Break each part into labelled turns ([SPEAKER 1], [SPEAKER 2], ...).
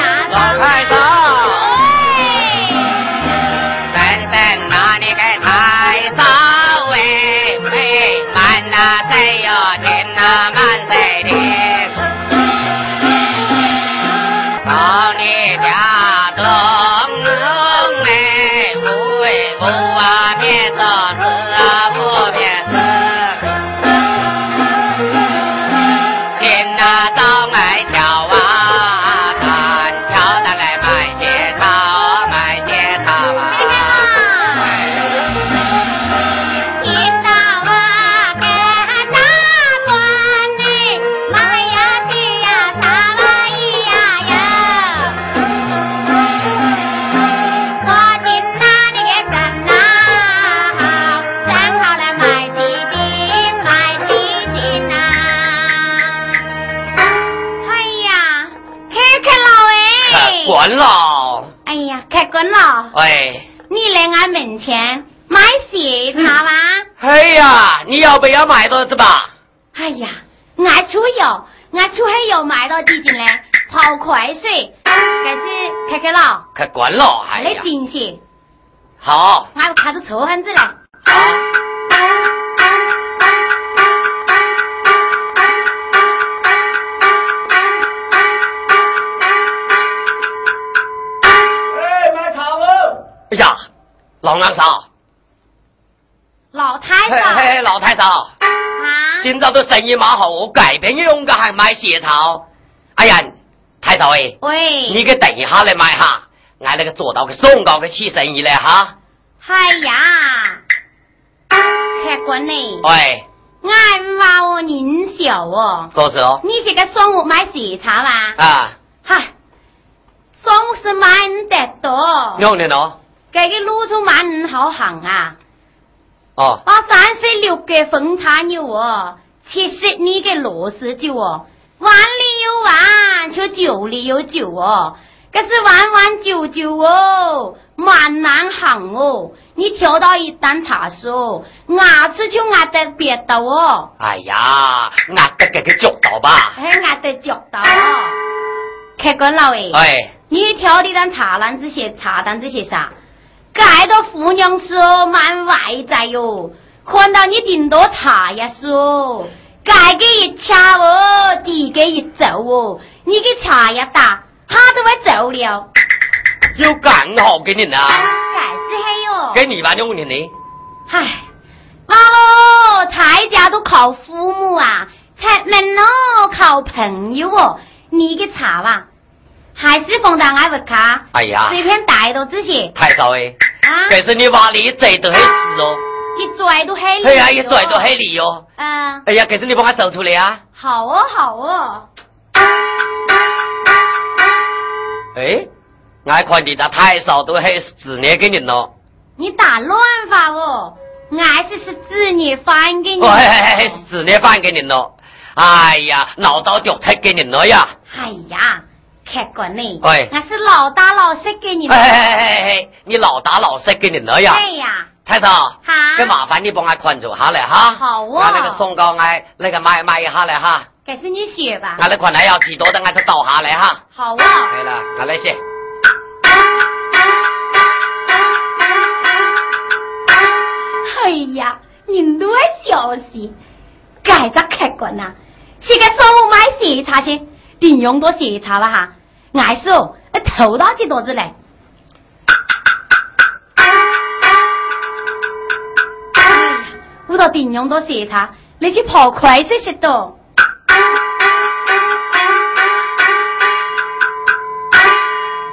[SPEAKER 1] à,
[SPEAKER 2] 滚喽！
[SPEAKER 1] 哎呀，快滚了！
[SPEAKER 2] 哎，
[SPEAKER 1] 你来俺门前买喜茶吧？
[SPEAKER 2] 哎呀，你要不要买到子吧？
[SPEAKER 1] 哎呀，俺出油，俺出还油买到几斤嘞？好快水，开始开开了，
[SPEAKER 2] 快滚喽！
[SPEAKER 1] 还
[SPEAKER 2] 哎
[SPEAKER 1] 来
[SPEAKER 2] 呀，
[SPEAKER 1] 进去，
[SPEAKER 2] 好，
[SPEAKER 1] 俺开始臭汉子嘞。
[SPEAKER 3] 哎，买茶哦！
[SPEAKER 2] 哎呀，老娘嫂，
[SPEAKER 1] 老太
[SPEAKER 2] 嘿
[SPEAKER 1] 太
[SPEAKER 2] 嘿，老太嫂，
[SPEAKER 1] 啊，
[SPEAKER 2] 今朝的生意蛮好，我改变用个还买血草。哎呀，太嫂哎，
[SPEAKER 1] 喂，
[SPEAKER 2] 你给等一下来买哈，俺那个做到个送到个起生意来哈。
[SPEAKER 1] 哎呀，开滚嘞！
[SPEAKER 2] 喂，
[SPEAKER 1] 俺娃哦，您小哦，
[SPEAKER 2] 做事哦，
[SPEAKER 1] 你这个上午买喜茶吧？
[SPEAKER 2] 啊，
[SPEAKER 1] 嗨，上午是买唔得多。
[SPEAKER 2] 娘的喏，
[SPEAKER 1] 这个路途蛮好行啊！
[SPEAKER 2] 哦，
[SPEAKER 1] 我三十六个风茶牛哦，七十二个螺丝酒哦，碗里有碗，却酒里有酒哦，可是碗碗酒酒哦，蛮难行哦。你挑到一担茶时哦，俺吃就俺得别到哦，
[SPEAKER 2] 哎呀，俺得给个脚到吧。
[SPEAKER 1] 还俺得脚到哦。开个老诶。
[SPEAKER 2] 哎，
[SPEAKER 1] 你挑的当茶篮这些茶单这些啥？改到姑娘说蛮外在哟，看到你顶多茶呀说，改给一掐哦，递给一走哦，你给茶呀打，他都会走了，
[SPEAKER 2] 有干好给你呢，
[SPEAKER 1] 改是黑哟。
[SPEAKER 2] 给你吧，娘的呢。
[SPEAKER 1] 唉，妈哦，才家都靠父母啊，出门哦靠朋友哦，你给茶吧，还是放到俺屋卡，
[SPEAKER 2] 哎呀，
[SPEAKER 1] 随便带到这些
[SPEAKER 2] 太嫂哎，
[SPEAKER 1] 啊。
[SPEAKER 2] 可是你娃里一嘴都很死哦，
[SPEAKER 1] 一拽都黑
[SPEAKER 2] 哎呀，一嘴都很利哦。
[SPEAKER 1] 嗯，
[SPEAKER 2] 哎呀，可是你把它收出来啊。
[SPEAKER 1] 好哦，好哦。
[SPEAKER 2] 哎，俺看你那太少都还是子女给你咯。
[SPEAKER 1] 你打乱法哦，俺是是子女翻给你。
[SPEAKER 2] 哦，还还还是子女饭给你咯。哎呀，脑到脚踢给你咯呀！
[SPEAKER 1] 哎呀，开关呢？
[SPEAKER 2] 喂
[SPEAKER 1] 俺是老大老实给你。
[SPEAKER 2] 哎哎哎哎，你老打老实给你咯呀！
[SPEAKER 1] 哎呀，
[SPEAKER 2] 太少，
[SPEAKER 1] 好
[SPEAKER 2] 这麻烦你帮俺看住下来哈。
[SPEAKER 1] 好哦
[SPEAKER 2] 俺那个送到俺那个买买一下来哈，
[SPEAKER 1] 该是你学吧。
[SPEAKER 2] 俺那款还要几多的，俺就倒下来哈。
[SPEAKER 1] 好哦，
[SPEAKER 2] 对了，俺来些。
[SPEAKER 1] 哎呀，你多消息，改着开关呐、这个上午买喜茶去，你用多喜茶吧哈。俺是哦，头到几多子哎嘞？我到顶用到喜茶，你去跑快些些多。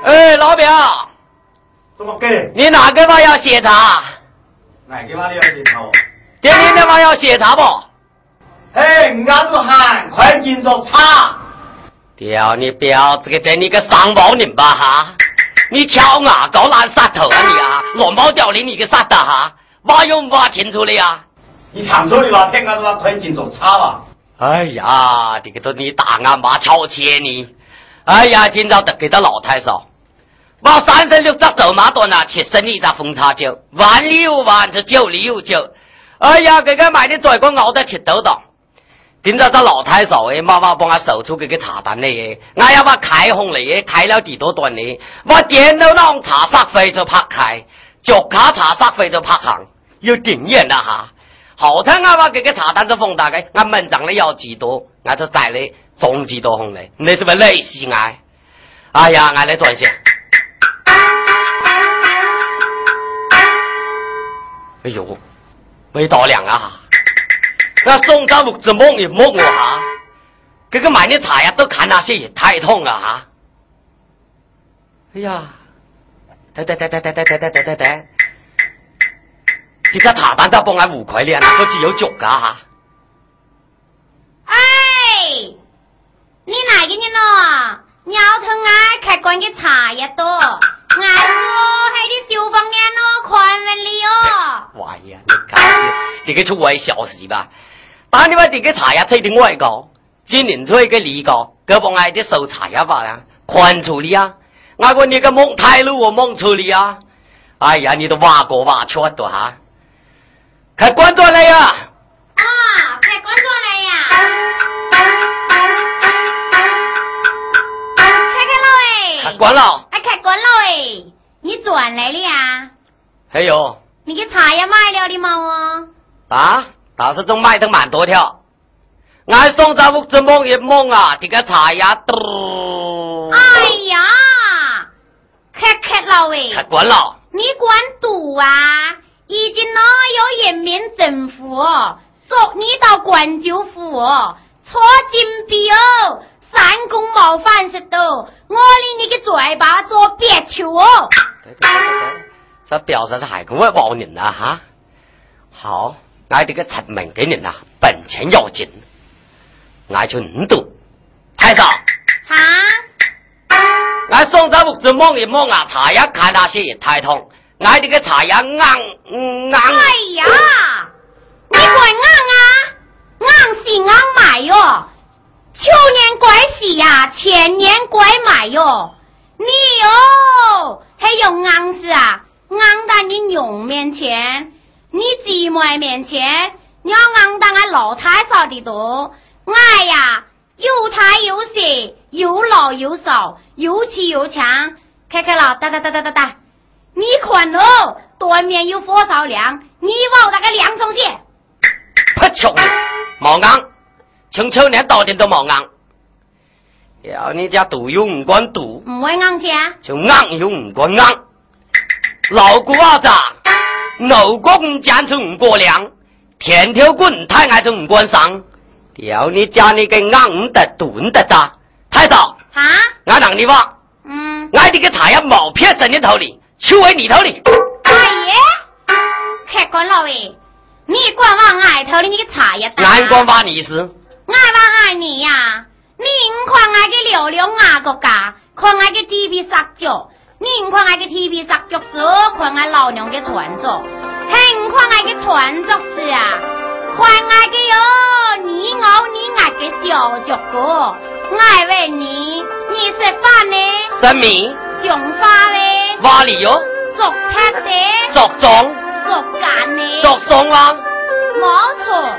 [SPEAKER 2] 哎，老表，
[SPEAKER 3] 怎么给？
[SPEAKER 2] 你哪个娃要血茶？
[SPEAKER 3] 哪个娃的要检查我？
[SPEAKER 2] 点点的娃要血茶不？
[SPEAKER 3] 嘿，俺是喊快进入
[SPEAKER 2] 啊
[SPEAKER 3] 茶。
[SPEAKER 2] 屌你婊子个真你个双毛人吧哈！你敲牙搞烂杀头啊你啊！乱毛屌你你个杀的哈！挖又挖清楚了呀！
[SPEAKER 3] 你常说的话，听俺是快进入茶吧。
[SPEAKER 2] 哎呀，这个都你啊大俺妈瞧不起你！哎呀，今朝得给他老太少，我三十六只走马端啊，七十二只风叉酒，碗里有碗，这酒里有酒。哎呀，这个买的嘴光熬得七斗档。今朝这老太少哎，妈妈帮我手出这个茶单来哎，俺要把开红来哎，开了几多段呢？我点到那种茶杀飞就拍开，脚卡茶杀飞就拍行，有经验的哈。好听啊！我这个茶单子放大开，俺们长了要几多，俺就再来种几多红来，你是不是累死啊俺？哎呀，俺来转些。哎呦，没到两啊！那送到屋子摸一摸我啊，这个买的茶呀都看那些也太痛了啊！哎呀，得得得得得得得得得得得，你这茶单子帮俺五块两，那说只有九个啊哈。
[SPEAKER 1] 哎，你哪个人咯？鸟头啊，开关给茶也多，俺说还得消防员咯，看门里哦。
[SPEAKER 2] 哇呀，你看这个是我的小事吧？但你把这个茶叶吹的外高，今年吹个里高，胳膊挨的手茶叶吧呀，宽处理啊！俺讲你个蒙太路我蒙出来啊！哎呀，你都挖过挖圈的哈！快关door 来呀、
[SPEAKER 1] 啊，快关door 来呀！开开
[SPEAKER 2] 快
[SPEAKER 1] 喽哎！
[SPEAKER 2] 关了！
[SPEAKER 1] 哎，开关喽哎！你转来了呀？
[SPEAKER 2] 还有
[SPEAKER 1] 你给茶叶卖了的吗？哦，
[SPEAKER 2] 啊，老师中卖的蛮多条。俺送在屋子蒙一蒙啊，这个茶呀嘟，
[SPEAKER 1] 哎呀，开开喽哎！
[SPEAKER 2] 快关了！
[SPEAKER 1] 你管赌啊？已经哪有人民政府哦，捉你到管酒府哦，坐金币哦，三公冒犯是都，我哩你个嘴巴做别球哦。
[SPEAKER 2] 这表示是海国外包人呐、啊、哈。好，俺这个陈明给人呐、本钱要紧，俺就你赌，太少。
[SPEAKER 1] 哈，
[SPEAKER 2] 俺送在屋子蒙一蒙啊，茶叶看那些也太痛，俺这个茶叶硬硬。
[SPEAKER 1] 哎呀，你管硬啊，硬是硬买哟、去年拐洗呀、前年拐买哟、你哟、还有硬是啊，硬在你娘面前，你姊妹面前，你要硬当俺老太少的多，哎呀，又抬又小，又老又少，又气又强，开开了，哒哒哒哒哒哒。你看哦，对面有火烧梁，你往那个梁上去。
[SPEAKER 2] 不穷的，冇硬，青少年到点都冇硬。要你家赌又唔管赌，
[SPEAKER 1] 唔会硬些，
[SPEAKER 2] 就硬又唔管硬。老古阿咋，老公讲就唔过量，田条棍太矮就唔管上。屌你家你个硬唔得赌唔得咋，太少，
[SPEAKER 1] 哈，
[SPEAKER 2] 俺让你话，
[SPEAKER 1] 嗯，
[SPEAKER 2] 俺这个茶叶冇撇在你头里，就为你头里。
[SPEAKER 1] 大爷，开官老爷，你管往矮头的你个茶叶大，
[SPEAKER 2] 俺管话你事，
[SPEAKER 1] 矮往矮你呀、你唔看俺个流量矮个家，看俺个 TV 杀脚，你唔看俺个 TV 杀脚时，看俺老娘的船着，还唔看俺个船着是啊。看俺个哟，你咬你俺个小脚哥，爱问你，你是办呢？
[SPEAKER 2] 生米
[SPEAKER 1] 种花嘞？
[SPEAKER 2] 话你哟，
[SPEAKER 1] 做菜的，
[SPEAKER 2] 作庄
[SPEAKER 1] 做干的，
[SPEAKER 2] 作松啊，
[SPEAKER 1] 冇错，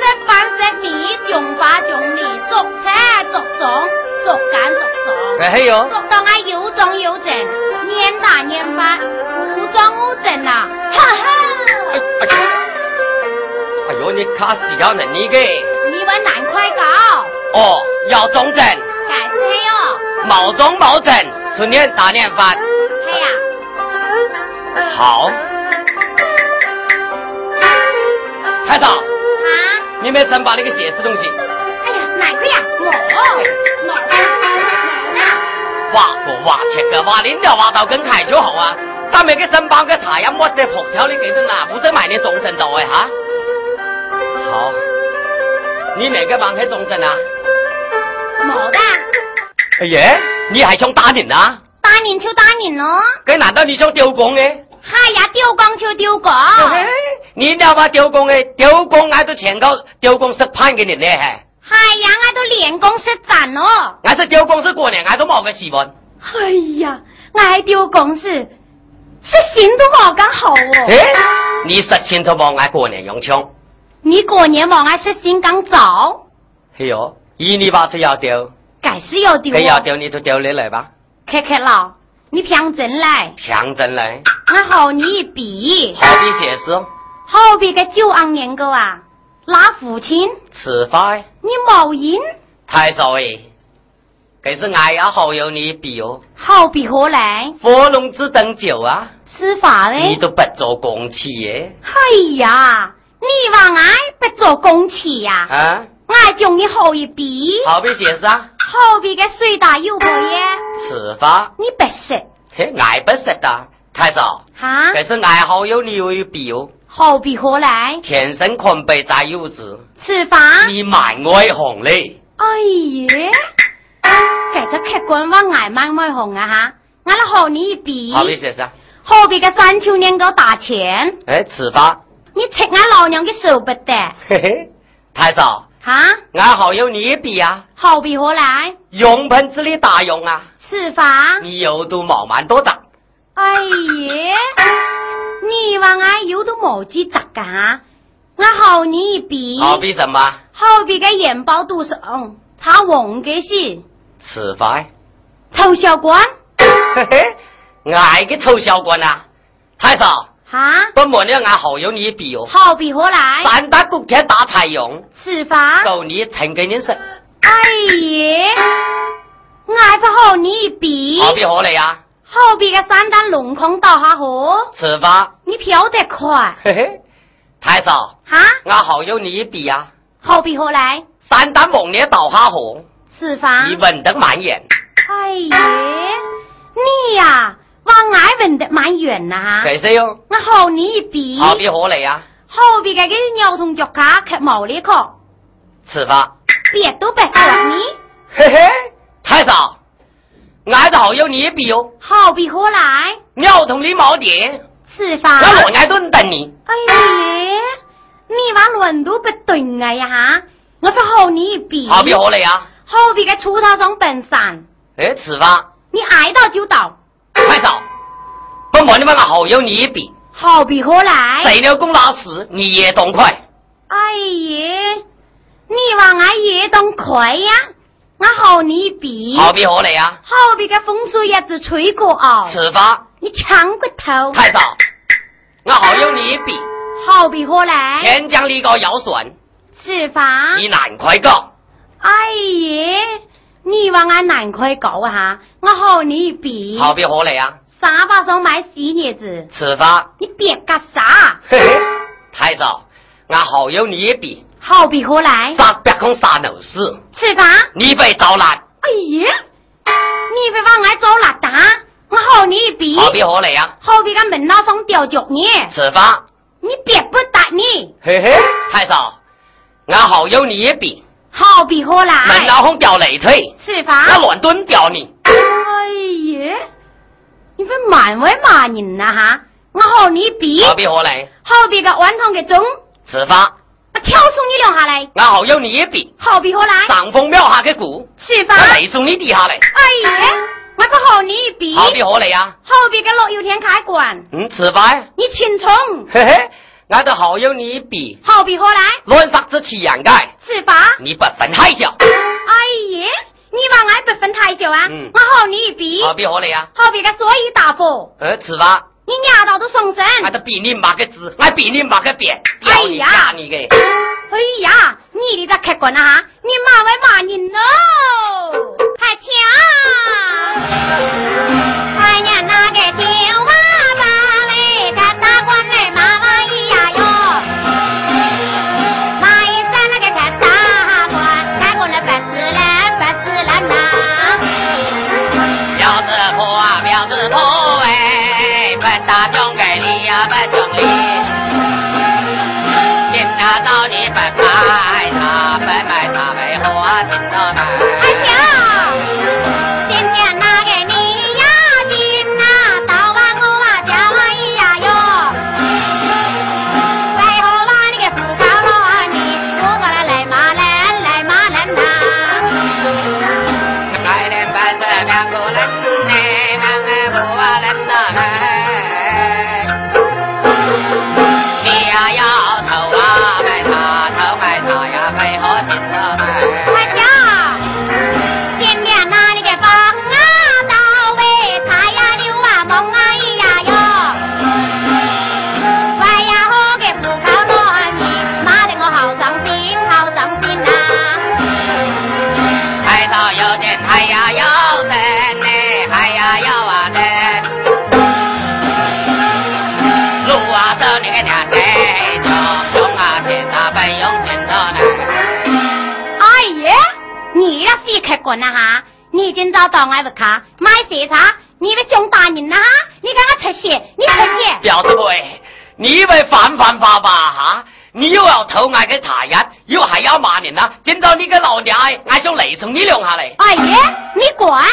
[SPEAKER 1] 食饭食米，种花种米，做菜做种，做干做种，
[SPEAKER 2] 哎嘿哟。
[SPEAKER 1] 做到俺有种有整，年打年发，无种无整呐，哈
[SPEAKER 2] 哎
[SPEAKER 1] 哈，
[SPEAKER 2] 哎哎呦，你卡死要能力个
[SPEAKER 1] 你们难快搞，
[SPEAKER 2] 哦，要中正，
[SPEAKER 1] 感谢哟，
[SPEAKER 2] 毛中毛正，春天打念饭。
[SPEAKER 1] 嘿呀、
[SPEAKER 2] 好，太少，
[SPEAKER 1] 啊
[SPEAKER 2] 你没神把那个写是东西
[SPEAKER 1] 哎呀，哪个呀？我，我，我
[SPEAKER 2] 挖过挖切个挖零掉挖到跟开就好啊。但每个神包个茶呀，没得破条你给的哪不正买的中正到哎哈。好，你哪个忙去中正啊？
[SPEAKER 1] 冇的，
[SPEAKER 2] 哎耶，你还想打人啊？
[SPEAKER 1] 打人就打人咯，
[SPEAKER 2] 这难道你想丢工呢？
[SPEAKER 1] 哈呀，丢光就丢光，
[SPEAKER 2] 嘿你了把丢工的丢工，俺都全搞丢工是判给你嘞，嘿，
[SPEAKER 1] 哈呀，啊俺都练功哦实战咯。
[SPEAKER 2] 俺是丢工是过年，俺都冇个希望。
[SPEAKER 1] 哎呀，俺还丢公事，是行都冇讲好哦。
[SPEAKER 2] 诶，你实情都冇俺过年用枪，
[SPEAKER 1] 你过年忙俺是新港早，
[SPEAKER 2] 嘿哟，一你把就要丢，
[SPEAKER 1] 改是要丢
[SPEAKER 2] 不要
[SPEAKER 1] 哦。
[SPEAKER 2] 丢你就丢你来吧，
[SPEAKER 1] 开开老，你听真来，
[SPEAKER 2] 强真来，
[SPEAKER 1] 俺好你一比，
[SPEAKER 2] 好比写诗，
[SPEAKER 1] 好比个九昂年个啊，拉父亲，
[SPEAKER 2] 吃饭
[SPEAKER 1] 你冇赢。
[SPEAKER 2] 哎太少哎诶，可是俺也好有你比哦，
[SPEAKER 1] 好比何来？
[SPEAKER 2] 佛龙之争酒啊，
[SPEAKER 1] 施法
[SPEAKER 2] 你
[SPEAKER 1] 嘞？
[SPEAKER 2] 都不做公器耶，
[SPEAKER 1] 哎呀，你话俺不做公器呀、
[SPEAKER 2] 啊，
[SPEAKER 1] 俺将你好一比，
[SPEAKER 2] 好比写诗啊，
[SPEAKER 1] 好比个水打诱惑耶，
[SPEAKER 2] 吃饭，
[SPEAKER 1] 你不识
[SPEAKER 2] 嘿，俺不识的，太少。
[SPEAKER 1] 哈？
[SPEAKER 2] 可是爱好有你有表，
[SPEAKER 1] 好比何来？
[SPEAKER 2] 天生困被在幼稚，
[SPEAKER 1] 施法？
[SPEAKER 2] 你蛮爱红嘞。
[SPEAKER 1] 哎耶，这只客官话俺蛮买红啊哈，俺来好你一比，
[SPEAKER 2] 好意思是啊，
[SPEAKER 1] 好比个山丘年糕打钱，
[SPEAKER 2] 哎，吃吧，
[SPEAKER 1] 你吃俺老娘的手不得，
[SPEAKER 2] 嘿嘿，太少，
[SPEAKER 1] 哈，
[SPEAKER 2] 俺好有你比啊，
[SPEAKER 1] 好比何来？
[SPEAKER 2] 用盆子里打用啊，
[SPEAKER 1] 是法？
[SPEAKER 2] 你有都毛蛮多长，
[SPEAKER 1] 哎耶，你话俺有都冇几杂噶，俺好你一比，
[SPEAKER 2] 好比什么？
[SPEAKER 1] 好比个眼包肚上插黄嘅是
[SPEAKER 2] 吃饭。
[SPEAKER 1] 臭小官
[SPEAKER 2] 嘿嘿，俺个臭小官啊，太少，
[SPEAKER 1] 哈，
[SPEAKER 2] 不瞒了俺好有你比哦，
[SPEAKER 1] 好比何来？
[SPEAKER 2] 三大古天打彩用，
[SPEAKER 1] 是法？
[SPEAKER 2] 够你成个人生，
[SPEAKER 1] 哎耶，俺不好你一比，
[SPEAKER 2] 好比好啊了呀，
[SPEAKER 1] 好比个三单龙空倒下河，
[SPEAKER 2] 吃饭。
[SPEAKER 1] 你飘得快
[SPEAKER 2] 嘿嘿，太少，
[SPEAKER 1] 哈，
[SPEAKER 2] 俺好有你比啊，
[SPEAKER 1] 好比何来？
[SPEAKER 2] 三大猛烈倒下河，
[SPEAKER 1] 是法？
[SPEAKER 2] 你稳得满眼，
[SPEAKER 1] 哎爷，你呀、往俺问得蛮远呐、
[SPEAKER 2] 可是哟，
[SPEAKER 1] 我好你一比，
[SPEAKER 2] 好比啊好了呀，
[SPEAKER 1] 好比个个牛同脚卡吃毛里壳，
[SPEAKER 2] 吃饭。
[SPEAKER 1] 别都别说你，
[SPEAKER 2] 嘿嘿，太少，俺倒有你比哦，
[SPEAKER 1] 好比何来？
[SPEAKER 2] 尿桶里毛点，
[SPEAKER 1] 是法？
[SPEAKER 2] 我老挨顿等你，
[SPEAKER 1] 哎爷，你往轮都不对啊呀！我不好你一比，
[SPEAKER 2] 好比好哦了呀，
[SPEAKER 1] 好比个锄头上本山，
[SPEAKER 2] 哎，吃饭。
[SPEAKER 1] 你挨到就到，
[SPEAKER 2] 快走！不瞒你们，好有你一比，
[SPEAKER 1] 好比何来？
[SPEAKER 2] 谁牛公拉屎你也懂快。
[SPEAKER 1] 哎爷，你往俺爷当快呀、我好你一比，
[SPEAKER 2] 好啊比何来呀？
[SPEAKER 1] 好比个风水叶子吹过哦，
[SPEAKER 2] 此法
[SPEAKER 1] 你抢骨头，
[SPEAKER 2] 太少，我好有你一比，
[SPEAKER 1] 好比何来？
[SPEAKER 2] 天将你个摇损，
[SPEAKER 1] 是吧？
[SPEAKER 2] 哎你难快告。
[SPEAKER 1] 哎耶，你话俺难开搞啊！我好你比，
[SPEAKER 2] 好啊比何来呀？
[SPEAKER 1] 沙巴上买洗叶子，
[SPEAKER 2] 此法
[SPEAKER 1] 你别干啥？
[SPEAKER 2] 嘿嘿，太少，我好有你一比，
[SPEAKER 1] 好比何来？
[SPEAKER 2] 杀别空杀牛屎，
[SPEAKER 1] 是吧？
[SPEAKER 2] 你被招难。
[SPEAKER 1] 哎耶，你别往俺走邋遢！我好你比，
[SPEAKER 2] 好比啊何来呀？
[SPEAKER 1] 好比个门脑上吊脚呢，
[SPEAKER 2] 此法
[SPEAKER 1] 你别不打你，
[SPEAKER 2] 嘿嘿，太少，我好有你一比，
[SPEAKER 1] 好比何
[SPEAKER 2] 门
[SPEAKER 1] 来？
[SPEAKER 2] 老红掉累退，
[SPEAKER 1] 是吧？
[SPEAKER 2] 我乱蹲掉你。
[SPEAKER 1] 哎呀，你们蛮会骂人呐哈！我好你比，
[SPEAKER 2] 好比何来？
[SPEAKER 1] 好比个碗汤的钟，
[SPEAKER 2] 此法
[SPEAKER 1] 我跳送你两下来，
[SPEAKER 2] 俺好有你一比，
[SPEAKER 1] 好比何来？
[SPEAKER 2] 上风庙下嘅鼓，
[SPEAKER 1] 是吧？
[SPEAKER 2] 我雷送你地下嚟，
[SPEAKER 1] 哎呀，我不好你比，
[SPEAKER 2] 好比何嚟啊？
[SPEAKER 1] 好比个落油田开馆，
[SPEAKER 2] 嗯，此牌，
[SPEAKER 1] 你轻松，
[SPEAKER 2] 嘿嘿，俺都好有你一比，
[SPEAKER 1] 好比何来？
[SPEAKER 2] 乱杀之气掩盖，
[SPEAKER 1] 是吧？
[SPEAKER 2] 你不分害羞，
[SPEAKER 1] 哎呀，你往俺不分太小啊！
[SPEAKER 2] 嗯
[SPEAKER 1] 我好你比，
[SPEAKER 2] 好比何嚟啊？
[SPEAKER 1] 好比个所以大火，
[SPEAKER 2] 呃，此牌，
[SPEAKER 1] 你压到都送神。
[SPEAKER 2] 俺都比你马个子，俺比你马个扁，屌
[SPEAKER 1] 嗯哎
[SPEAKER 2] 你
[SPEAKER 1] 呀
[SPEAKER 2] 打你嘅，
[SPEAKER 1] 哎呀，你的这开关啊哈，你骂我骂人哦喽，还抢！哎呀，那个青娃娃嘞，个大官嘞，妈妈咿呀哟，妈一在那个个大官，干过了百死了，百死了呐！
[SPEAKER 2] 苗子阔啊，苗子阔哎，本大将给你呀，本将你，今啊到你本卖他，本卖他没货啊，今到
[SPEAKER 1] 还
[SPEAKER 2] 买。
[SPEAKER 1] 抢！今天那个你呀进呐，到我我啊家我咿呀哟。为何把你给扶高了啊你？扶过来来嘛来来嘛来呐！
[SPEAKER 2] 来年白色两个人呢，两个五啊人呐来。你呀要头啊买他，头买他呀配合亲的
[SPEAKER 1] 快
[SPEAKER 2] 买。
[SPEAKER 1] 跳！今天那你给风啊到位，他呀溜啊梦啊咿呀哟。为呀我给扶高了啊你，妈的我好伤心好伤心呐！
[SPEAKER 2] 海到有点海呀要人呢，海呀要啊人。路啊走你个娘的，就熊哎啊天啊被用亲的呢。
[SPEAKER 1] 哎呀，你那是客官呐哈！你今早到俺屋卡买些茶，你们凶大人呐哈！你给我出血，你出血！
[SPEAKER 2] 表子妹，你以为反反爸爸哈？你又要偷俺嘅茶叶，又还要骂人啦！见到你个老娘，俺想雷送你两下嘞！
[SPEAKER 1] 哎呀，你管！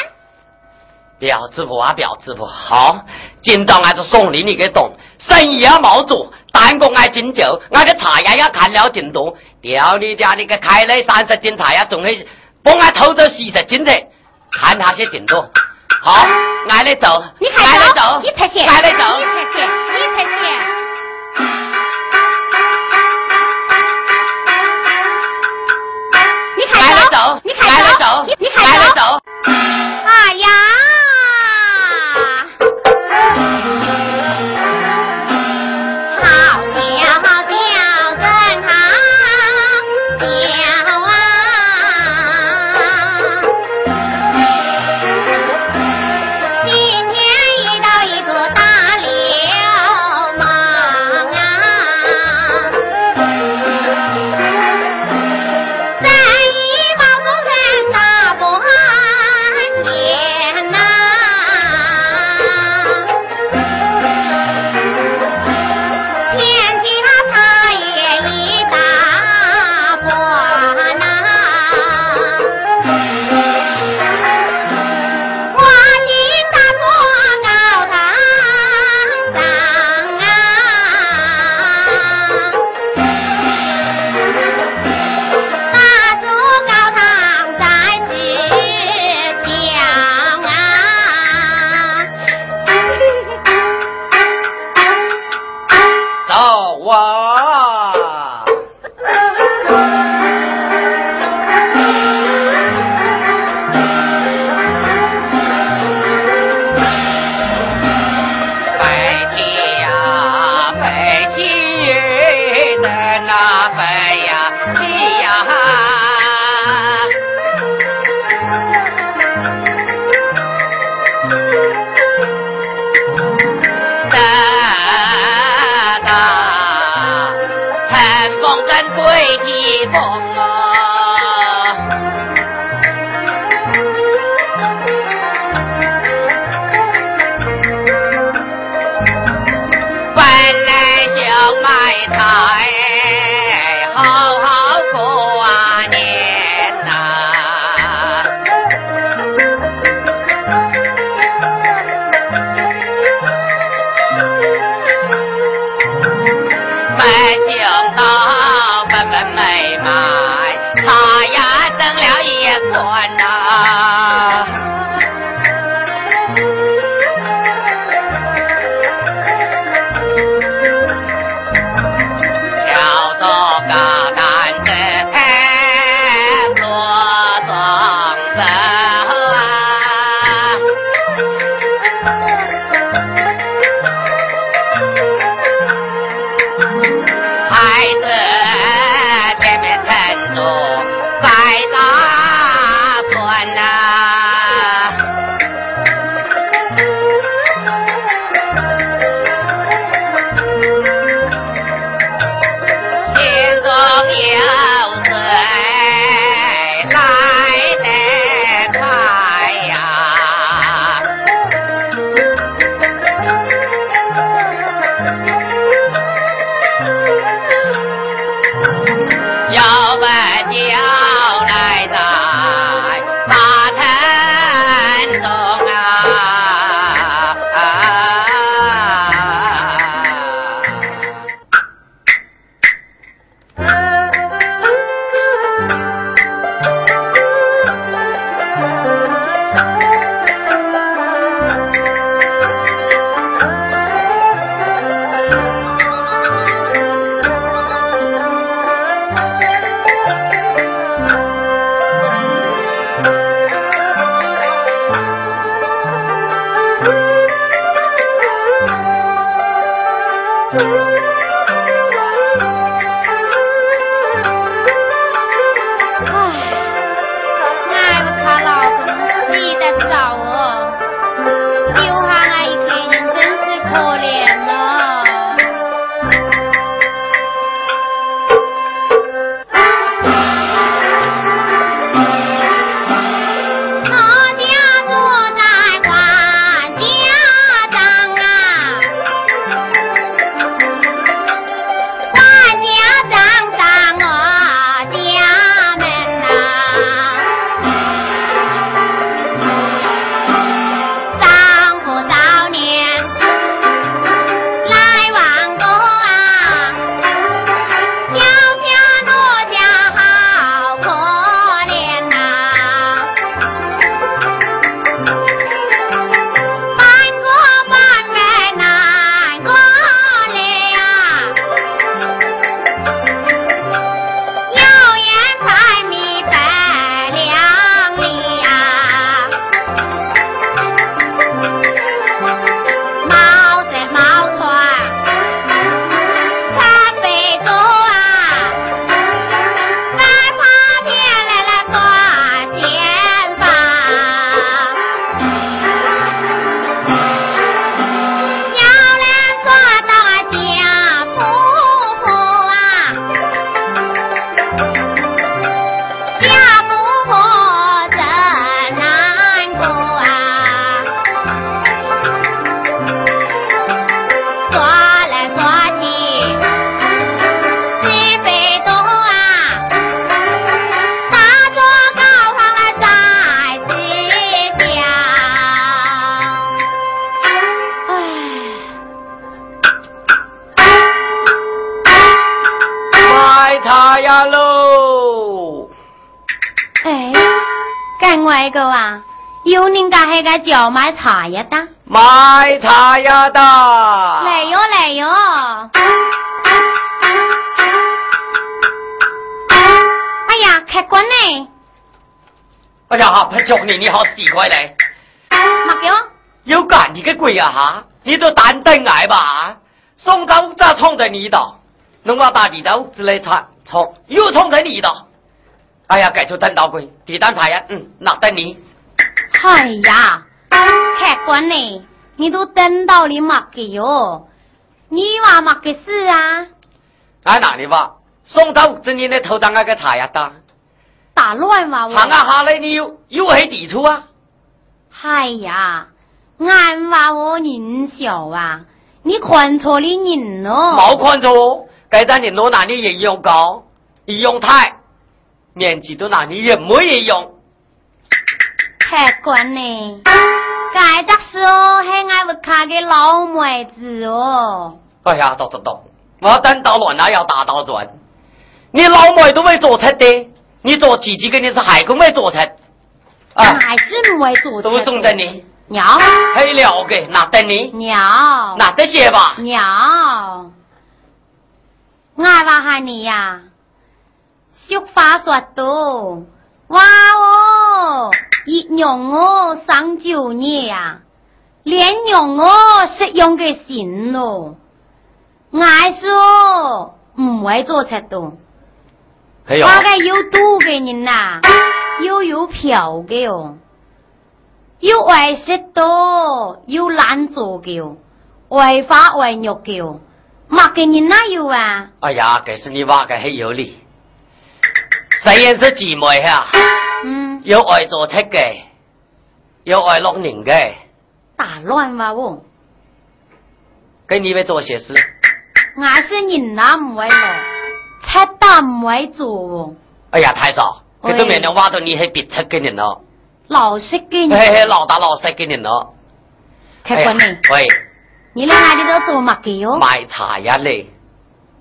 [SPEAKER 2] 表子婆啊，表子婆，好，今朝俺就送你你个懂，生意也冇做，但过俺今朝，俺嘅茶叶也砍了真多，屌你家你个开了三十斤菜啊，仲去帮我偷咗四十斤菜，看下先點多。好，挨你走，
[SPEAKER 1] 你
[SPEAKER 2] 挨
[SPEAKER 1] 踩
[SPEAKER 2] 你
[SPEAKER 1] 走
[SPEAKER 2] 走，，
[SPEAKER 1] 你踩线，
[SPEAKER 2] 挨你走。
[SPEAKER 1] 你踩线，你踩线。你
[SPEAKER 2] 挨
[SPEAKER 1] 踩
[SPEAKER 2] 你
[SPEAKER 1] 走
[SPEAKER 2] 走，，
[SPEAKER 1] 你
[SPEAKER 2] 挨
[SPEAKER 1] 踩
[SPEAKER 2] 你
[SPEAKER 1] 走
[SPEAKER 2] 走，，
[SPEAKER 1] 你
[SPEAKER 2] 挨
[SPEAKER 1] 踩
[SPEAKER 2] 你
[SPEAKER 1] 走。
[SPEAKER 2] 走。
[SPEAKER 1] 哎呀！好叫叫真好叫啊！今天遇到一个大流氓啊！咱一毛都赚拿不完钱呐，天津他也一大把呐，我今大做熬堂当啊。把竹高堂在枝香啊，
[SPEAKER 2] 走啊！北京呀，北京人呐，北呀，西呀。哒哒，晨风真贵地风啊！本来想买菜，好好过啊年呐、没想到本本没买，他呀挣了一罐呐、挑着个担子嘿落庄子啊。孩子前面撑住，白大孙呐、
[SPEAKER 1] à. à. à. 啊另外一个啊，有人家喺个叫买茶叶的，
[SPEAKER 2] 买茶呀的。
[SPEAKER 1] 来哟来哟，哎呀，客官呢？
[SPEAKER 2] 哎呀，哈，拍脚你，你好奇怪嘞！
[SPEAKER 1] 没有，
[SPEAKER 2] 有干你个鬼啊哈！你都单等来吧，送到屋子冲着你的，侬话把你到屋子来冲冲，又冲着你的。哎呀，该就等到鬼，地单茶呀，嗯，那等你。
[SPEAKER 1] 哎呀，客官呢？你都等到你没给哟，你话没给事啊？
[SPEAKER 2] 俺哎哪里话，送到屋子你那头张那个茶呀的，
[SPEAKER 1] 打乱话我。
[SPEAKER 2] 行啊下来你又又黑抵触啊！
[SPEAKER 1] 哎呀，俺话我人小啊，你看错的人咯。
[SPEAKER 2] 冇看着哦，该当你老哪里也用高，也用太，年纪都哪里也没也用。
[SPEAKER 1] 客官呢？该得说是俺屋卡嘅老妹子哦。
[SPEAKER 2] 哎呀，懂懂懂，我等到乱了要打到转。你老妹都会做菜的，你做几几个你是海公会做菜，哎，
[SPEAKER 1] 还是没做
[SPEAKER 2] 都送给你，
[SPEAKER 1] 鸟
[SPEAKER 2] 黑了给哪得你
[SPEAKER 1] 鸟
[SPEAKER 2] 哪得些吧？
[SPEAKER 1] 鸟，俺话喊你啊呀，雪花雪多，哇哦，一用哦上九年呀，啊连用哦是用个心咯，俺说唔会做菜多。
[SPEAKER 2] 哎呦，
[SPEAKER 1] 大概有多个人呐、又有票的哦，有外食多，有懒做的哦，外花外肉的哦，乜嘅人哪有啊？
[SPEAKER 2] 哎呀，这是你话的很有理。虽然是姊妹呀、
[SPEAKER 1] 嗯，
[SPEAKER 2] 有爱做菜的，有爱弄人的，
[SPEAKER 1] 打乱话哦，
[SPEAKER 2] 跟你会做些事，
[SPEAKER 1] 俺是人哪唔会咯，菜单唔会做哦，
[SPEAKER 2] 哎呀，太少，这都
[SPEAKER 1] 喂
[SPEAKER 2] 没人挖到你还别吃给人了，
[SPEAKER 1] 老实嘅
[SPEAKER 2] 嘿嘿，
[SPEAKER 1] 人，
[SPEAKER 2] 哎老打老塞给人了。
[SPEAKER 1] 客官呢？
[SPEAKER 2] 哎呀喂。
[SPEAKER 1] 你嚟俺哋度做乜嘅哦？
[SPEAKER 2] 买茶呀嘞，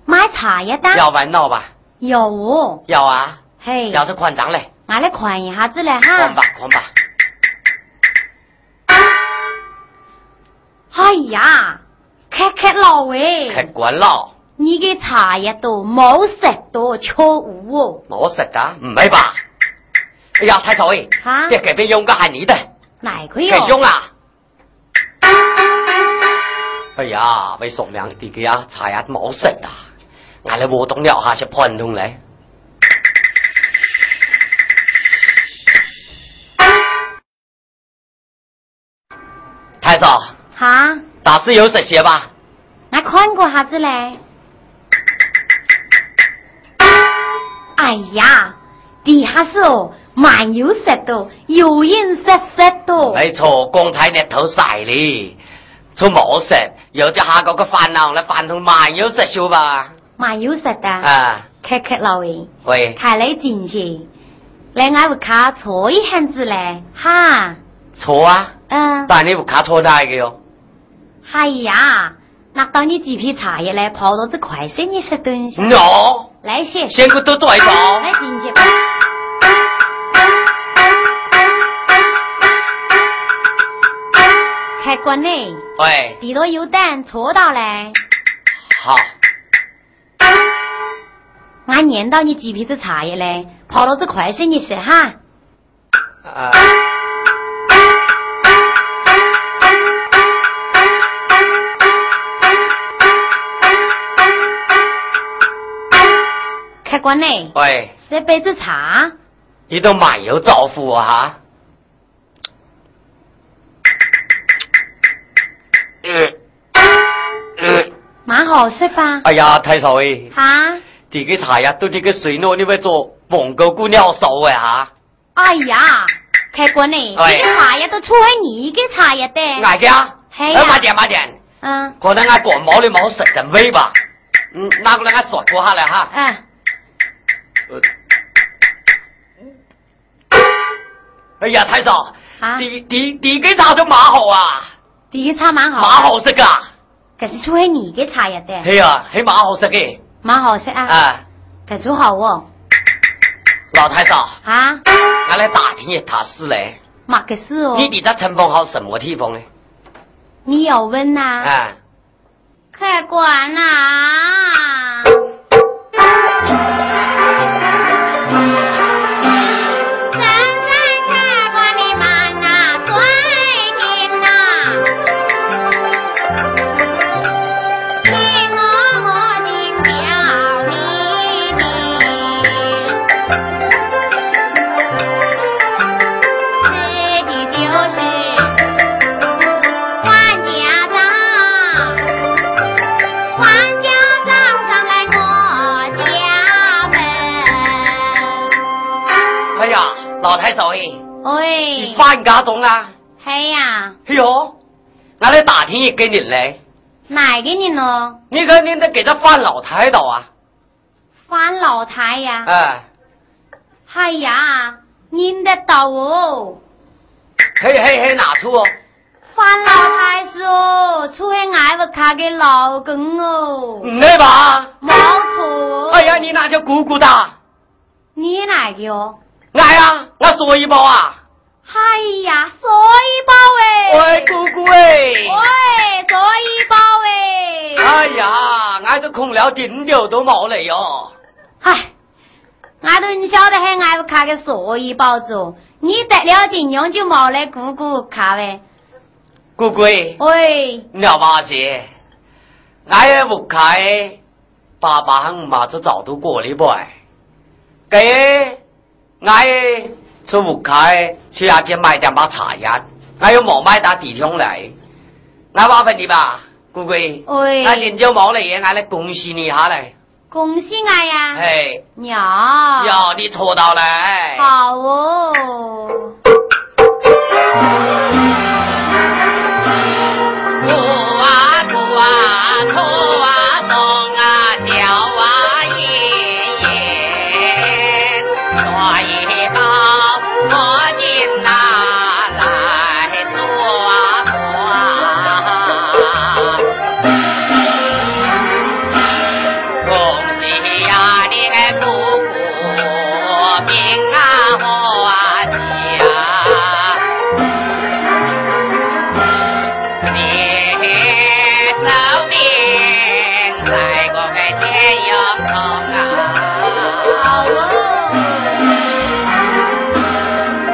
[SPEAKER 1] 买茶叶单
[SPEAKER 2] 要玩闹吧？
[SPEAKER 1] 有哦，
[SPEAKER 2] 要啊，
[SPEAKER 1] 嘿，
[SPEAKER 2] 要是款长嘞，
[SPEAKER 1] 俺嚟看一下子来哈。
[SPEAKER 2] 看吧看吧。
[SPEAKER 1] 哎呀，客客老喂，
[SPEAKER 2] 客官咯，
[SPEAKER 1] 你嘅茶叶都冇食到错误哦，
[SPEAKER 2] 我食啊，唔系吧？哎呀，太丑哎！
[SPEAKER 1] 啊哎
[SPEAKER 2] 这隔壁用个系你的，
[SPEAKER 1] 哪个
[SPEAKER 2] 给
[SPEAKER 1] 哟？
[SPEAKER 2] 用啊！哎呀，为送命啲嘅啊，茶呀冇食啊！俺哋活动了下是判通嘞，太嫂，
[SPEAKER 1] 哈，
[SPEAKER 2] 打是有食些吧？
[SPEAKER 1] 我看过下子嘞。哎呀，地下是哦，蛮有食到，有人食食到，
[SPEAKER 2] 没错，刚才那头晒哩，出冇食，有只下嗰个饭啊，那饭桶慢有食少吧？
[SPEAKER 1] 蛮有食的。
[SPEAKER 2] 啊，
[SPEAKER 1] 客客老喂，
[SPEAKER 2] 喂，
[SPEAKER 1] 睇你进去，嚟我屋卡坐一下子嘞，哈，
[SPEAKER 2] 错啊，
[SPEAKER 1] 嗯。
[SPEAKER 2] 但你不卡错那个哟，
[SPEAKER 1] 哎呀，那到你几批茶叶来泡到这快些，你是等一下。
[SPEAKER 2] 喏，
[SPEAKER 1] 来些，
[SPEAKER 2] 嗯先去都做一
[SPEAKER 1] 来
[SPEAKER 2] 个，
[SPEAKER 1] 进去吧。开关呢，
[SPEAKER 2] 喂，
[SPEAKER 1] 里头有蛋戳到嘞。
[SPEAKER 2] 好，
[SPEAKER 1] 俺念到你几批子茶叶嘞，泡到这快些，你是哈？
[SPEAKER 2] 啊，
[SPEAKER 1] 开关呢，
[SPEAKER 2] 喂，
[SPEAKER 1] 这杯子茶，
[SPEAKER 2] 你都蛮有造福啊哈。嗯嗯，
[SPEAKER 1] 蛮好吃吧？
[SPEAKER 2] 哎呀，太少诶！
[SPEAKER 1] 哈？
[SPEAKER 2] 这个茶呀，对这个水诺，你要做蒙古姑娘手的哈。
[SPEAKER 1] 哎呀，开关呢，你
[SPEAKER 2] 哎
[SPEAKER 1] 个茶叶都出喺你个茶叶的。
[SPEAKER 2] 挨嘅啊，
[SPEAKER 1] 係啊
[SPEAKER 2] 哎慢点慢点，
[SPEAKER 1] 嗯
[SPEAKER 2] 可能俺广毛的毛省人威吧，嗯，拿过来俺甩锅下来哈，
[SPEAKER 1] 嗯。
[SPEAKER 2] 呃哎呀，太嫂
[SPEAKER 1] 啊，
[SPEAKER 2] 第第第几茶就马好啊，
[SPEAKER 1] 第一茶蛮好，
[SPEAKER 2] 马好，食噶，
[SPEAKER 1] 可是出去你给茶叶的，
[SPEAKER 2] 嘿呀，嘿马好食嘅，
[SPEAKER 1] 蛮好吃啊，
[SPEAKER 2] 啊，
[SPEAKER 1] 可是好哦，
[SPEAKER 2] 老太嫂，
[SPEAKER 1] 啊，
[SPEAKER 2] 俺来打听一下是嘞，
[SPEAKER 1] 嘛个事哦？
[SPEAKER 2] 你的在陈峰好什么地方呢？
[SPEAKER 1] 你要问呐、
[SPEAKER 2] 啊，
[SPEAKER 1] 快管呐、咱咱这管的慢呐，快点呐，听我我尽表你的，这的就是管家长。还家长上来我家门，
[SPEAKER 2] 哎呀，老太嫂哎，你
[SPEAKER 1] 喂，
[SPEAKER 2] 翻家中啊？
[SPEAKER 1] 嘿呀，
[SPEAKER 2] 哎呦，俺来打听一个人嘞，
[SPEAKER 1] 哪个人哦咯？
[SPEAKER 2] 你看你得给他翻老太到啊？
[SPEAKER 1] 翻老太呀？
[SPEAKER 2] 哎，
[SPEAKER 1] 哎呀，您的到哦，
[SPEAKER 2] 嘿嘿嘿，哪处哦？
[SPEAKER 1] 翻老太是哦，出去挨不卡给老公哦，
[SPEAKER 2] 你那吧？
[SPEAKER 1] 没错哦。
[SPEAKER 2] 嗯哎呀，你那叫鼓鼓的，
[SPEAKER 1] 你哪个哦？
[SPEAKER 2] 俺哎呀，我说一包啊，
[SPEAKER 1] 哎呀，所以包哎
[SPEAKER 2] 喂，，姑姑哎，
[SPEAKER 1] 喂，所以包哎。
[SPEAKER 2] 哎呀，俺都空了顶流都冇了哟。
[SPEAKER 1] 唉，俺都不晓得还挨不卡个所以包子，你得了金融就冇来姑姑卡呗。
[SPEAKER 2] 姑姑哎，
[SPEAKER 1] 喂，
[SPEAKER 2] 鸟八姐，俺也不开，爸爸和妈子早都过来不哎，给俺也出不开，去阿姐买点把茶烟，俺又冇买到地上来，俺麻烦你吧，姑姑。
[SPEAKER 1] 喂
[SPEAKER 2] 俺今朝冇来也，俺来恭喜你一下嘞，
[SPEAKER 1] 恭喜俺呀！
[SPEAKER 2] 哎，
[SPEAKER 1] 娘，
[SPEAKER 2] 哟，你错到了，哎
[SPEAKER 1] 好哦。
[SPEAKER 2] 哭啊哭啊哭啊送啊笑啊爷爷，做一包我今拿来做官。恭喜呀，你个姑姑平安好啊家。你老命在我个天阳空
[SPEAKER 1] 好
[SPEAKER 2] 啊！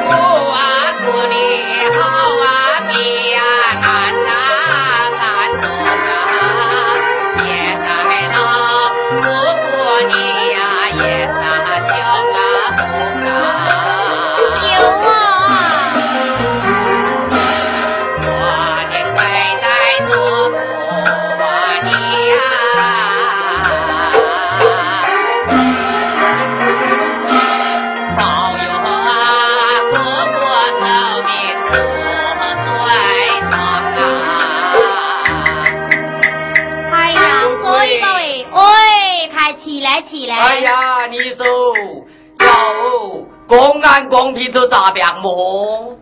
[SPEAKER 1] 哦，
[SPEAKER 2] 姑啊姑你好啊，比呀难呐难中啊，也在老姑姑你呀也在小啊姑啊。
[SPEAKER 1] 有啊，
[SPEAKER 2] 我的奶奶多苦啊你呀！保佑啊，婆婆寿命多岁长啊！
[SPEAKER 1] 哎呀，所以包哎，喂，快起来起来。
[SPEAKER 2] 哎，呀，你说有公安公平出大病么？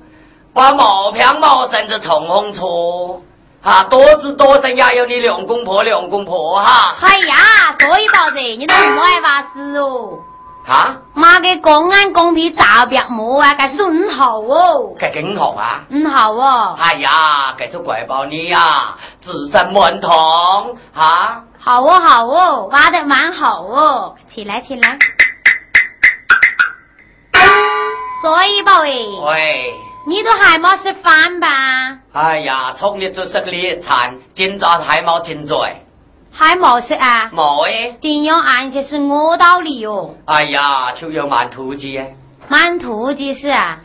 [SPEAKER 2] 把毛病毛绳子重红错，啊，多子多孙也有你两公婆两公婆哈
[SPEAKER 1] 哎呀，所以包子，你都唔爱话事哦。
[SPEAKER 2] 啊，
[SPEAKER 1] 妈嘅公安公平杂别冇啊，但是都唔好哦，
[SPEAKER 2] 这警好啊！
[SPEAKER 1] 唔好哦，
[SPEAKER 2] 哎呀，这就怪包你呀、啊，自身满堂啊！
[SPEAKER 1] 好哦好哦，挖得蛮好哦，起来起来。所以宝诶，
[SPEAKER 2] 喂，
[SPEAKER 1] 你都还冇食饭吧？
[SPEAKER 2] 哎呀，冲你做生理餐，今朝还冇真醉，
[SPEAKER 1] 还冇食啊？
[SPEAKER 2] 冇诶！
[SPEAKER 1] 点样安全是我道理哦？
[SPEAKER 2] 哎呀，就要馒头鸡诶！
[SPEAKER 1] 满肚子是啊，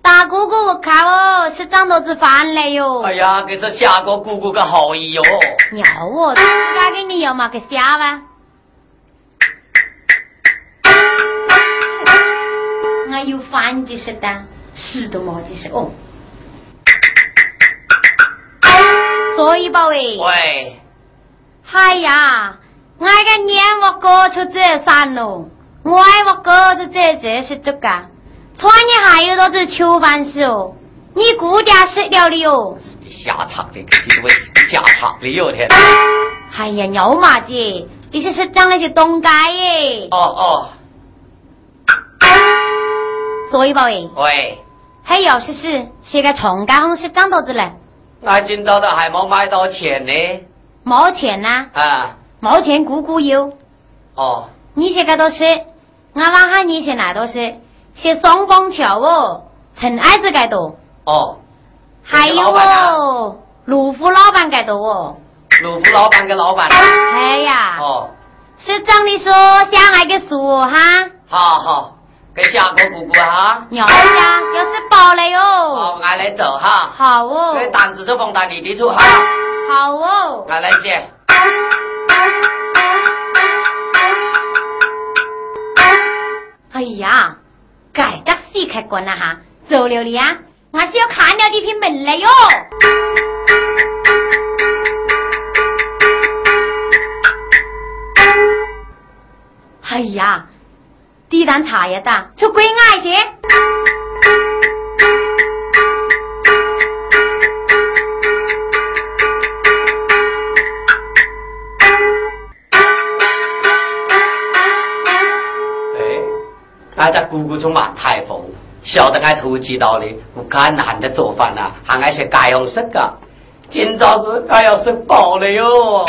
[SPEAKER 1] 大姑姑我看哦，吃这么多子饭来哟。
[SPEAKER 2] 哎呀，这是下个姑姑个好意哟、
[SPEAKER 1] 鸟哦，自家给啊你有嘛个虾吧？我有饭几十单，屎都冇几十哦。所以吧喂，
[SPEAKER 2] 喂，
[SPEAKER 1] 哎呀，我个年我哥出这山咯，我爱我哥出这这是这个，穿的还有多子秋饭事哦，你姑家吃了的哦。
[SPEAKER 2] 你下场的，你为下场的哟天！
[SPEAKER 1] 哎呀，鸟马姐，这
[SPEAKER 2] 哦
[SPEAKER 1] 些是长的是东街耶。
[SPEAKER 2] 哦哦，
[SPEAKER 1] 所以宝诶，
[SPEAKER 2] 喂，
[SPEAKER 1] 还有事是写个从家红是张豆子嘞，
[SPEAKER 2] 俺今朝的还没买到钱呢。
[SPEAKER 1] 毛钱呐、
[SPEAKER 2] 啊，
[SPEAKER 1] 毛钱股股有，
[SPEAKER 2] 哦，
[SPEAKER 1] 你写个都是，俺往汉你写哪都是，写双棒桥哦，陈爱子该多，
[SPEAKER 2] 哦，
[SPEAKER 1] 还有
[SPEAKER 2] 老板啊
[SPEAKER 1] 哦，鲁夫老板该多哦，
[SPEAKER 2] 鲁夫老板跟老板。
[SPEAKER 1] 哎呀，
[SPEAKER 2] 哦，
[SPEAKER 1] 是张你说下来个书哈，
[SPEAKER 2] 好好，给下个姑姑哈。
[SPEAKER 1] 鸟家要是包了哟，
[SPEAKER 2] 好，俺来走哈。
[SPEAKER 1] 好哦，
[SPEAKER 2] 这单子就放到你的处哈。
[SPEAKER 1] 好哦。
[SPEAKER 2] 俺来写。
[SPEAKER 1] 哎呀，改革四开关了哈，走了你啊，我是要砍掉这片门了哟。哎呀，地单茶叶蛋出归爱些。
[SPEAKER 2] 哎，俺的姑姑从满太风，晓得俺土知道哩，我看男的做饭呐，还俺是家用食噶。今朝是俺要食饱了哟。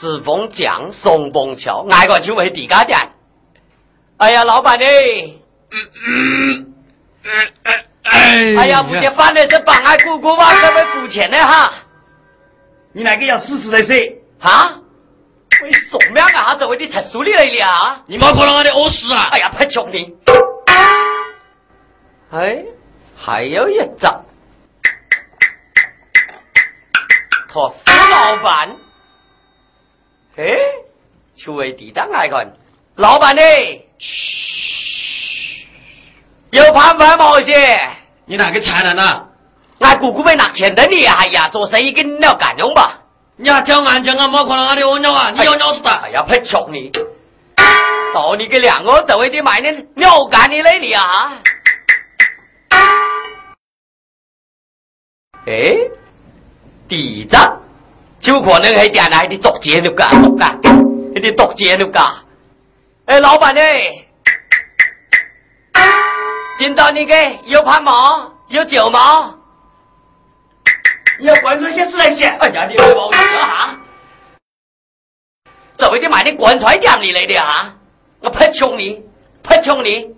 [SPEAKER 2] 四凤江松崩桥，挨个就为地家店。哎呀，老板呢？哎呀，不得饭的是帮俺姑姑娃这位付钱的哈
[SPEAKER 3] 你那个要死死的噻？
[SPEAKER 2] 哈！啊为什么啊？还在为你吃书里来了啊？
[SPEAKER 4] 你冇可能俺哋饿死啊！
[SPEAKER 2] 哎呀，不穷你！哎，还有一张，托付老板。哎，就为抵挡挨看，老板呢？嘘，有盘盘毛些，
[SPEAKER 4] 你哪个才能啊？
[SPEAKER 2] 俺姑姑被拿钱的你，哎呀，做生意跟你要感用吧？
[SPEAKER 4] 你还挑眼睛啊？冇可能俺哋饿尿啊！你要尿死
[SPEAKER 2] 哎
[SPEAKER 4] 他！
[SPEAKER 2] 呀，不穷你！到你个两个在为的买呢，尿 à? 干你嘞你啊！诶，第二集就可能喺电台啲作节录噶，录噶，喺啲作节录噶。诶，老板呢？见到你嘅有盘毛，有酒毛。
[SPEAKER 3] 你要关注些自然些。
[SPEAKER 2] 哎呀，你来帮我啊！怎么就买的棺材店里来的啊？我喷穷你，喷穷你！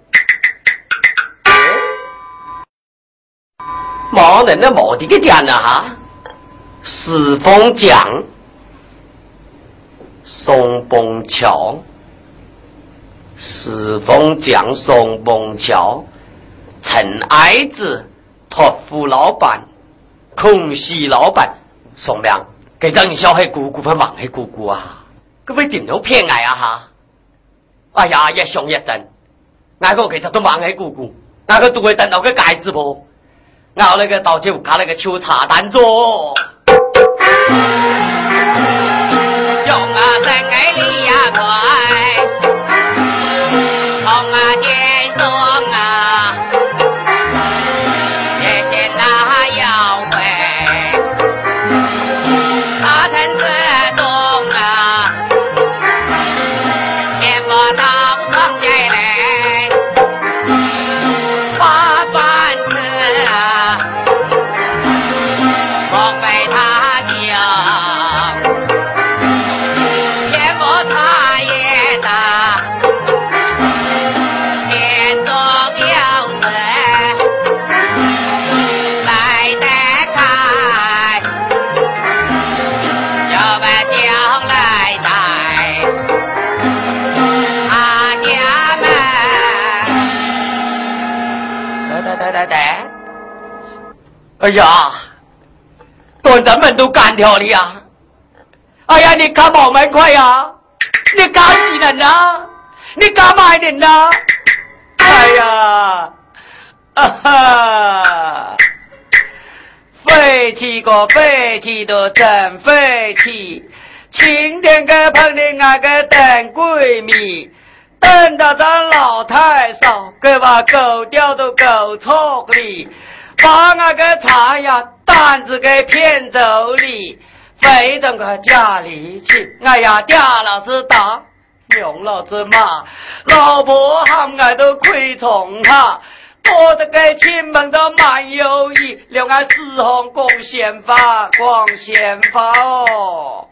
[SPEAKER 2] 毛人的毛的个店啊哈，石峰江、松崩桥、石峰江、松崩桥、陈矮子、托付老板。空隙老板宋亮，给张你小黑姑姑拍忙黑姑姑啊，各位点头偏爱啊哈！哎呀，一上一阵，俺个其实都忙黑姑姑，俺个都会等到个戒指啵，咬那个刀就卡那个秋茶蛋做。用啊真爱你呀快，红啊天送啊。谢谢那妖怪，他贪自动啊，也不到庄稼来，把饭吃啊，莫非他笑，也不他也打，眼中有神。来得开，要把将来带，阿娘们。得得得得得，哎呀，端咱们都干掉了呀！哎呀，你干毛蛮快呀！你干死人呐！你干嘛人呐？哎呀！啊哈！废弃个废弃的真废弃，晴天个碰见那个等闺蜜，等到咱老太少，给把狗叼到狗巢里，把那个茶呀担子给骗走里，飞到个家里去，哎呀，爹老子打。娘老子骂，老婆喊俺都亏从哈。我的个亲们都蛮有意，留俺四红光鲜发，光鲜发哦。